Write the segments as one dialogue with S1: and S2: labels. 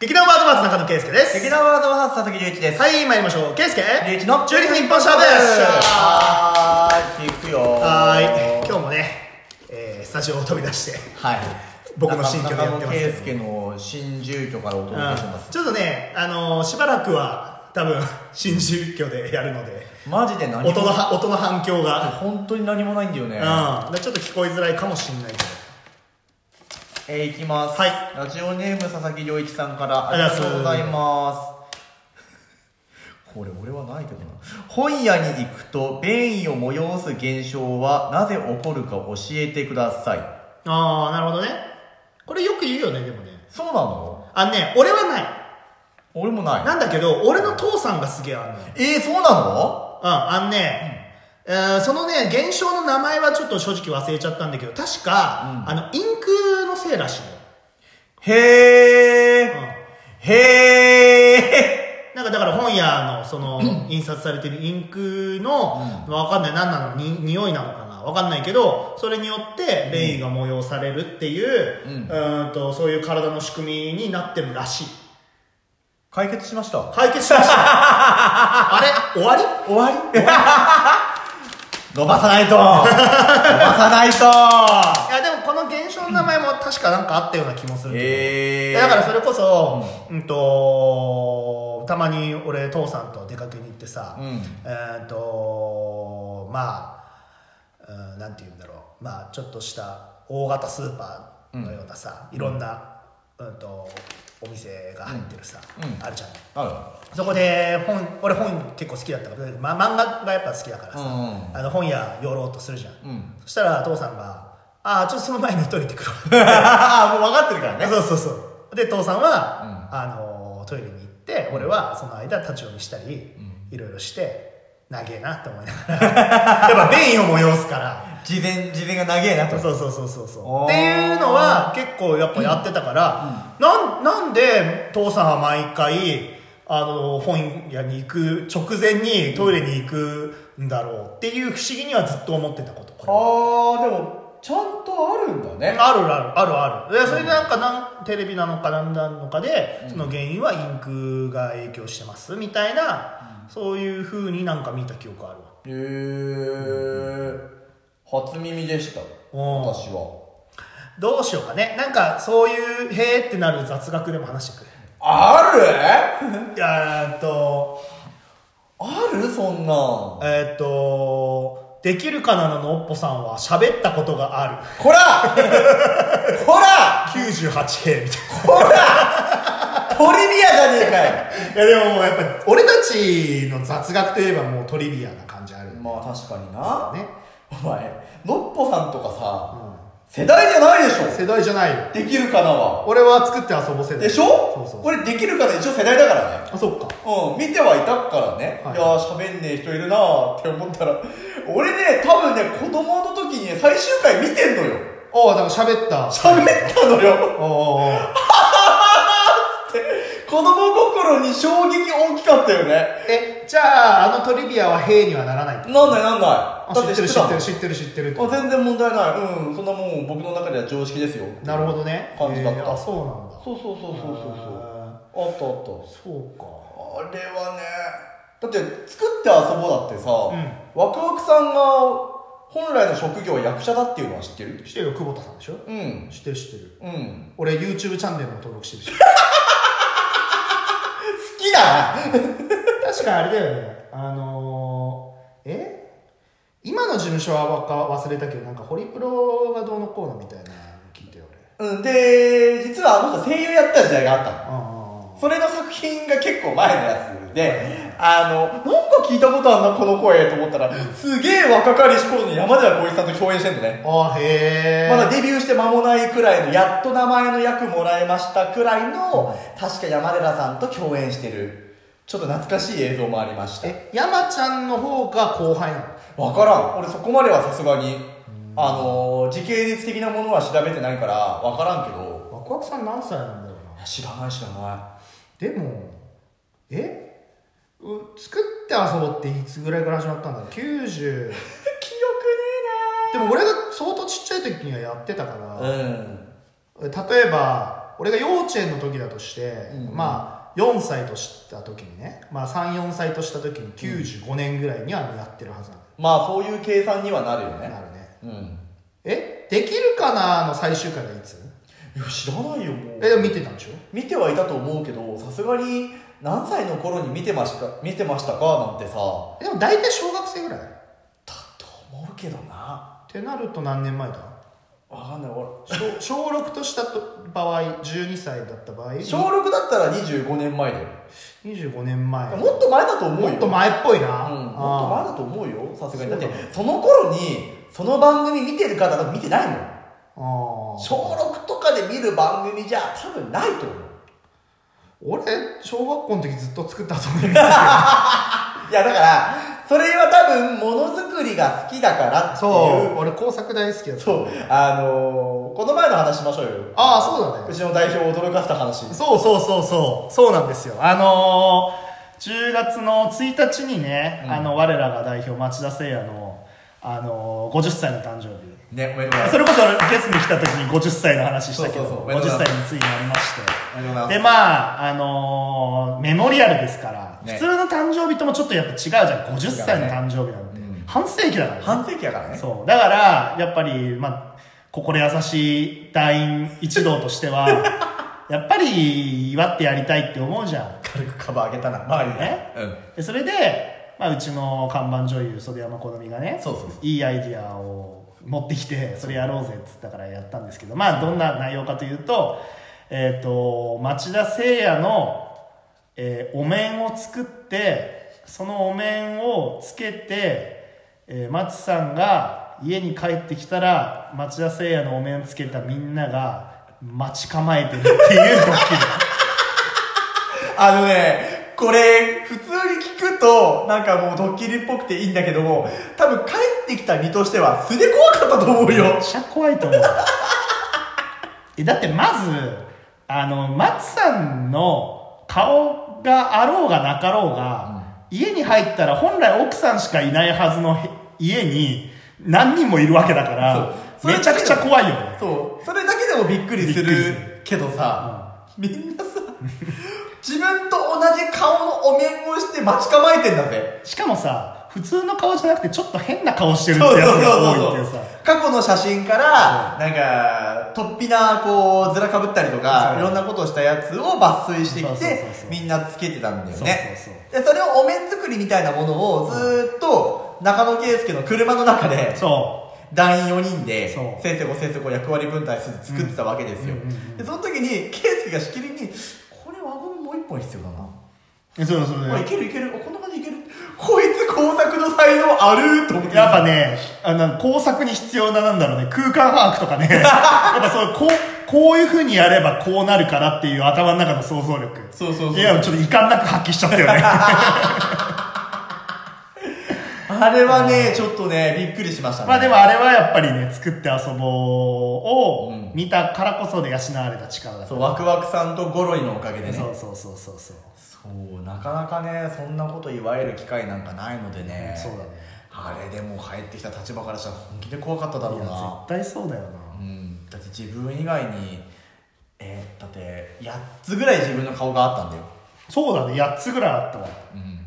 S1: 劇団ワードマーズ中野圭介です
S2: 劇団ワードマンス佐々木隆一です。
S1: はい参りましょう圭介
S2: 隆一の
S1: チューリップ日本シャープです
S2: はーい、行くよー。
S1: はーい今日もね、えースタジオを飛び出して、
S2: はい。
S1: 僕の新居でやってますけど
S2: 中野圭介の新住居からお届けします。
S1: ちょっとねあのーしばらくは多分新住居でやるので
S2: マジで何も
S1: 音のは音の反響が、
S2: 本当に何もないんだよね。
S1: うんでちょっと聞こえづらいかもしれないけど
S2: えー、いきます。
S1: はい
S2: ラジオネーム佐々木良一さんから
S1: あ
S2: あ
S1: りが
S2: りが
S1: と
S2: と
S1: う
S2: う
S1: ご
S2: ご
S1: ざ
S2: ざ
S1: い
S2: います。これ俺はないけどな。本屋に行くと便意を催す現象はなぜ起こるか教えてください。
S1: ああなるほどねこれよく言うよねでもね
S2: そうなの
S1: あのね俺はない
S2: 俺もない。
S1: なんだけど俺の父さんがすげえあんのよ
S2: えー、そうなの
S1: うん、あのね、えーそのね、現象の名前はちょっと正直忘れちゃったんだけど、確か、あの、インクのせいらしいの。
S2: へー、へー
S1: なんかだから本屋の、その、印刷されてるインクの、わかんない、何なの、に、匂いなのかな、わかんないけど、それによって、便意が催されるっていう、う
S2: うんん、
S1: んと、そういう体の仕組みになってるらしい。
S2: 解決しました
S1: 解決しました。あれ終わり
S2: 終わり伸ばさないと伸ばさ ないと
S1: いや、でもこの現象の名前も確かなんかあったような気もするけど。
S2: へー
S1: だからそれこそ、うんと、たまに俺父さんと出かけに行ってさ、
S2: うん
S1: えっと、まあ、うんなんて言うんだろう、まあちょっとした大型スーパーのようなさ、いろんな、うんと、お店が入ってるさ、
S2: うんうん
S1: あるじゃん。
S2: あ
S1: そこで本俺本結構好きだったから、ま、漫画がやっぱ好きだからさ、
S2: うん
S1: あの本屋寄ろうとするじゃん、
S2: うん
S1: そしたら父さんが「ああちょっとその前にトイレ行ってくるわ」
S2: らもう分かってるからね
S1: そうそうそうで父さんは、あのトイレに行って俺はその間立ち読みしたり、いろいろして長えなって思いながらやっぱ便意を催すから
S2: 事前事前が長えなと
S1: そうそうそうそうそう
S2: おー
S1: っていうのは結構やっぱやってたから、なんなんで父さんは毎回あの本屋に行く直前にトイレに行くんだろうっていう不思議にはずっと思ってたことこれは
S2: あーでもちゃんとあるんだね
S1: あるあるあるあるでそれでなんかなんテレビなのかなんなのかでその原因はインクが影響してますみたいな、そういうふうになんか見た記憶あるわ
S2: へー初耳でした
S1: おー
S2: 私は
S1: どうしようかねなんかそういう「へーってなる雑学でも話してく
S2: ある
S1: れいやーえっと
S2: あるそんなん
S1: えっとできるかなののっぽさんは喋ったことがある
S2: こら こら
S1: 98K みたい
S2: ほらトリビアじゃねえかよ
S1: ないやでももうやっぱり俺たちの雑学といえばもうトリビアな感じあるん
S2: まあ確かにな
S1: ね
S2: お前ノッポさんとかさ、世代じゃないでしょ
S1: 世代じゃないよ
S2: できるかなは
S1: 俺は作って遊ぼせ
S2: でしょ
S1: そうそう
S2: これできるかな一応世代だからね
S1: あそっか
S2: うん見てはいたからね、
S1: はい
S2: い、やー喋んねえ人いるなーって思ったら俺ね多分ね子供の時にね最終回見てんのよ
S1: おおだから喋った
S2: 喋ったのよ
S1: おおお
S2: 子供心に衝撃大きかったよね
S1: えじゃああのトリビアは「へ」にはならないと
S2: なんないなんな
S1: あ
S2: い
S1: 知ってる知
S2: たも
S1: っ
S2: ん
S1: てる知ってる知ってる
S2: あ全然問題ないうんそんなもん僕の中では常識ですよ
S1: なるほどね
S2: 感じだった
S1: えーあそうなんだ
S2: そうそうそうそうそう
S1: あ
S2: そうあったあった
S1: そうか
S2: あれはねだって作って遊ぼうだってさ、
S1: ん
S2: ワクワクさんが本来の職業は役者だっていうのは知ってる
S1: 知ってるよ久保田さんでしょ
S2: うん
S1: 知ってる知ってる
S2: うん
S1: 俺 YouTube チャンネルも登録してる し
S2: 好きだな
S1: 確かあれだよねあのー、え今の事務所はわか忘れたけどなんかホリプロがどうのこうのみたいなの聞いて俺
S2: うんで実はあの人声優やってた時代があったの
S1: あ
S2: それの作品が結構前のやつで、あの、なんか聞いたことあんな、この声と思ったら、すげえ若かりし頃に山寺宏一さんと共演してんのね。
S1: あーへえ
S2: まだデビューして間もないくらいの、やっと名前の役もらえましたくらいの、確か山寺さんと共演してる、ちょっと懐かしい映像もありました。
S1: え山ちゃんの方が後輩なの
S2: わからん。俺そこまではさすがに、あの、時系列的なものは調べてないから、わからんけど、
S1: ワクワクさん何歳なんだろう
S2: い
S1: な
S2: や知らない 知らな
S1: でもえう作って遊ぼうっていつぐらいから始まったんだろう90
S2: い。記憶
S1: でも俺が相当ちっちゃい時にはやってたから、
S2: ねえなうん。
S1: 例えば俺が幼稚園の時だとして、
S2: うん
S1: まあ4歳とした時にね、まあ、34歳とした時に95年ぐらいにはもうやってるはずなん
S2: まあそういう計算にはなるよ
S1: だよ、
S2: ね
S1: なるね
S2: うん
S1: えできるかなの最終回がいつ
S2: いや知らないよもう
S1: えでも見てたんでしょ
S2: 見てはいたと思うけどさすがに何歳の頃に見てました見てましたかなんてさだ
S1: えでも大体小学生ぐらいっ
S2: と思うけどな
S1: てなると何年前だ
S2: わかんない俺
S1: 小 小6としたと場合12歳だった場合
S2: 小6だったら25年前だよ
S1: 25年前
S2: もっと前だと思うよ
S1: もっと前っぽいな、
S2: うん、もっと前
S1: あ
S2: だと思うよさすがに
S1: そ
S2: だ
S1: う
S2: っ
S1: な
S2: て
S1: の
S2: その頃にその番組見てる方が見てないもん
S1: あー
S2: 小6とかで見る番組じゃ多分ないと思う
S1: 俺小学校の時ずっと作ったと思い
S2: いやだからそれは多分ものづくりが好きだからって
S1: そう
S2: いう
S1: 俺工作大好きだった
S2: そうあのー、この前の話しましょうよ
S1: ああそうだね
S2: うちの代表を驚かせた話
S1: そうそうそうそうそうなんですよあのー、10月の1日にね、
S2: うん
S1: あの我らが代表町田誠也の、あのー、50歳の誕生日
S2: ねおめでとうございます
S1: それこそ俺ゲスに来た時に50歳の話したけど
S2: そうそうそうおめでとうご
S1: 50
S2: ざいます
S1: 歳についになりまして
S2: ありがとうござ
S1: で
S2: いま
S1: まああのーメモリアルですから、
S2: ね
S1: 普通の誕生日ともちょっとやっぱ違うじゃん50歳の誕生日なんて、
S2: 違うねうん
S1: 半世紀だからね
S2: す半世紀やからね
S1: そう。だから、やっぱり、まあ、心優しい団員一同として は、やっぱり祝ってやりたいって思うじゃん。
S2: 軽くカバー上げたなまあいいね
S1: ね
S2: うん
S1: でそれで、まあ、うちの看板女優、袖山好みがね、
S2: そうそうそ
S1: いいアイディアを持ってきて、それやろうぜっつったからやったんですけど、まあ、どんな内容かというと、えっ、と、町田聖也の、えーお面を作って、そのお面をつけて、えー、松さんが家に帰ってきたら、町田聖也のお面つけたみんなが待ち構えてるっていうドッキリ。
S2: あのね、これ、普通に聞くと、なんかもうドッキリっぽくていいんだけども、多分帰ってきた身としては素で怖かったと思う
S1: めっ
S2: よ。
S1: ちゃ怖いと思う えだってまずあの松さんの顔があろうがなかろうが、家に入ったら本来奥さんしかいないはずのへ家に何人もいるわけだから
S2: そうそれ
S1: めちゃくちゃ怖いよね
S2: そう。それだけでもびっくり
S1: び
S2: す
S1: っくりす
S2: るけどさ、みんなさ、自分と同じ顔のお面をして待ち構えてんだぜ。
S1: しかもさ普通の顔じゃなくてちょっと変な顔してるって
S2: そうそう
S1: やつが
S2: そう
S1: 多いっていう
S2: そ
S1: さ
S2: う。過去の写真から、なんか、突飛な、こう、ずらかぶったりとか、
S1: そう
S2: いろんなことをしたやつを抜粋して
S1: そう
S2: き
S1: そうそう
S2: て
S1: そう、
S2: みんなつけてたんだよ
S1: そう
S2: ね。
S1: そうそう
S2: でそれをお面作りみたいなものをずーっと中野圭介の車の中で
S1: そ
S2: 団員4人で
S1: そう
S2: 先生こ先生こ役割分担して作ってたわけですよ、
S1: うんうんうんうん
S2: でその時に圭介がしきりに「これ輪ゴムもう一本必要だな」
S1: うえそうそうそう
S2: あいけるいけるあこんな感じいける」こいつ工作の才能あると思って
S1: やっぱね、あの、工作に必要な、なんだろうね、空間把握とか ね。やっぱそう、こう、こういう風にやればこうなるからっていう頭の中の想像力。
S2: そうそうそう
S1: いや、ちょっと遺憾なく発揮しちゃったよ ね。
S2: あれはねちょっとねびっくりしましたね
S1: まあでもあれはやっぱりね、作って遊ぼうを
S2: うん
S1: 見たからこそで養われた力だから
S2: そうワクワクさんとゴロリのおかげでね
S1: そうそうそうそうそう。
S2: そうなかなかねそんなこと言われる機会なんかないのでね
S1: そうだね
S2: あれでも帰ってきた立場からしたら本気で怖かっただろ
S1: いうや、
S2: な
S1: 絶対そうだよな。
S2: うんだって自分以外にえーだって8つぐらい自分の顔があったんだよ
S1: そうだね、8つぐらいあったわ。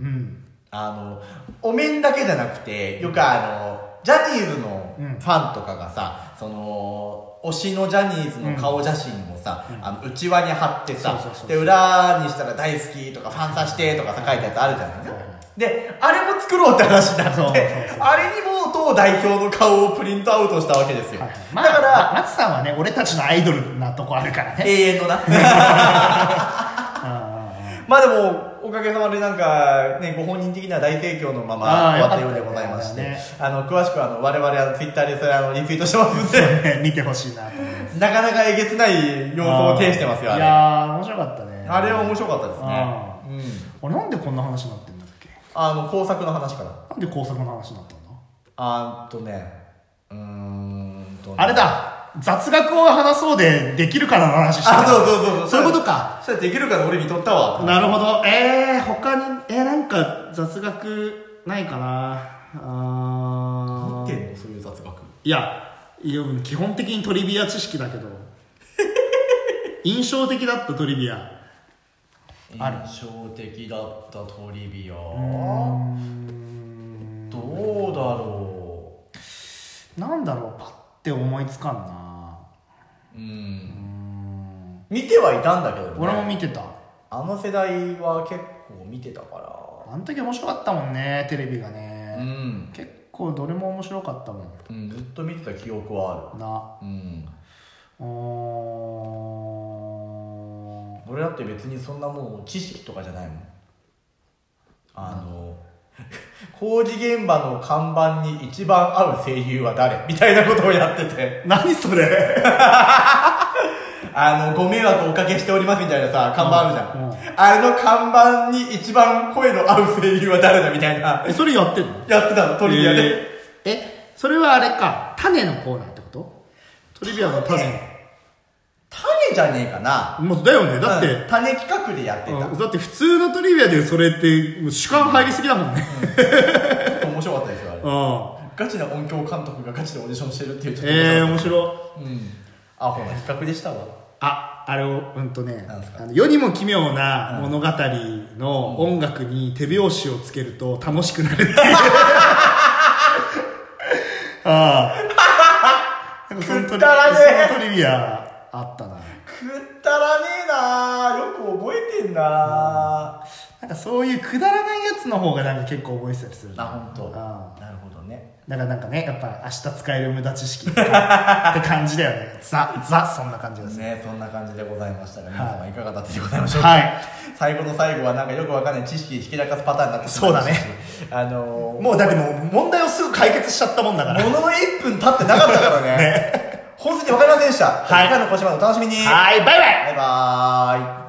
S2: うん
S1: うん。
S2: あのお面だけじゃなくてよくあのジャニーズの
S1: うん
S2: ファンとかがさ、その推しのジャニーズの顔写真をさ、あの内輪に貼ってさ
S1: そうそうそうそう
S2: で裏にしたら大好きとかファンさしてとかさ書いたやつあるじゃないですか、
S1: はいはい
S2: であれも作ろうって話になって
S1: そうそうそう
S2: あれにも当代表の顔をプリントアウトしたわけですよ、
S1: はいはいまあ、
S2: だから、
S1: ま松さんはね、俺たちのアイドルなとこあるからね。
S2: 永遠のなまあでもおかげさまでなんか、ね、ご本人的には大盛況のまま
S1: あー
S2: 終わったよ
S1: よ
S2: う
S1: かった
S2: でございまして、
S1: ね
S2: あの詳しくはあの我々はツイッターでそれあのリツイートしてますん
S1: そう
S2: で
S1: ね見てほしいなと思います。
S2: なかなかえげつない様相を呈してますよあ
S1: い
S2: れ
S1: やー、面白かったね。
S2: あれは面白かった
S1: あ
S2: ですねうん
S1: 俺なんでこんな話になってんだっけ
S2: あの工作の話から
S1: なんで工作の話になったんだ
S2: あーっとねうーんとね
S1: あれだ雑学を話そうでできるからの話してた
S2: あそうそうそうそう
S1: そういうことか
S2: それできるから俺見とったわ
S1: なるほどえー、他にえー、なんか雑学ないかなあ
S2: 見
S1: ー
S2: てんのそういう雑学
S1: いやいや基本的にトリビア知識だけどい印象的だったトリビアある
S2: 印象的だったトリビアどうだろ
S1: なんだろうパッて思いつかんな
S2: ううん見てはいたんだけどね
S1: 俺も見てた
S2: あの世代は結構見てたか
S1: あの時面白かったもんねテレビがね
S2: ら、ん、
S1: 結構どれも面白かったもん
S2: うん、ずっと見てた記憶は
S1: な
S2: あるうん
S1: うーん
S2: 俺だって別にそんなもう知識とかじゃないもんあの 工事現場の看板に一番合う声優は誰みたいなことをやってて
S1: 何それ
S2: あのご迷惑をおかけしておりますみたいなさ看板あるじゃん、
S1: うんうん
S2: あの看板に一番声の合う声優は誰だみたいな
S1: えそれやってんの
S2: やってたのトリビアで、
S1: えーえそれはあれか種のコーナーってことトリビアの種
S2: 種じゃねえかな
S1: もうだよねだって、
S2: うん種企画でやってた、
S1: うんだって普通のトリビアでそれってもう主観入りすぎだもんね
S2: ちょっと面白かったですよあれ
S1: うん
S2: ガチな音響監督がガチでオーディションしてるっていうちょっと面
S1: えー、面
S2: 白かっ
S1: 白
S2: たうんアホな企画でしたわ
S1: ああれをうんとね
S2: なんすか
S1: あの世にも奇妙な物語の音楽に手拍子をつけると楽しくなるって いうああなんかそのト
S2: く
S1: リ
S2: だらねえ
S1: そのトリビアあったな
S2: くったらねえなよく覚えてんなあ
S1: なんかそういうくだらないやつの方がなんか結構覚えてたりするな
S2: 本当。
S1: あ
S2: なるほどね
S1: だからなんかねやっぱ明日使える無駄知 識って感じだよねザザそんな感じですね
S2: ねそんな感じでございましたが皆
S1: は
S2: 様いかがだったでございましょうか、
S1: はい
S2: 最後の最後はなんかよくわかんない知識ひけらかすパターンになってしまいましたし
S1: そう
S2: あのー、も
S1: もうだってもう問題をすぐ解決しちゃったもんだから
S2: うものの1分経ってなかったから ね本当にわかりませんでした、
S1: はい
S2: 次回の小島のお楽しみに、
S1: はいバイバイ
S2: バイバーイ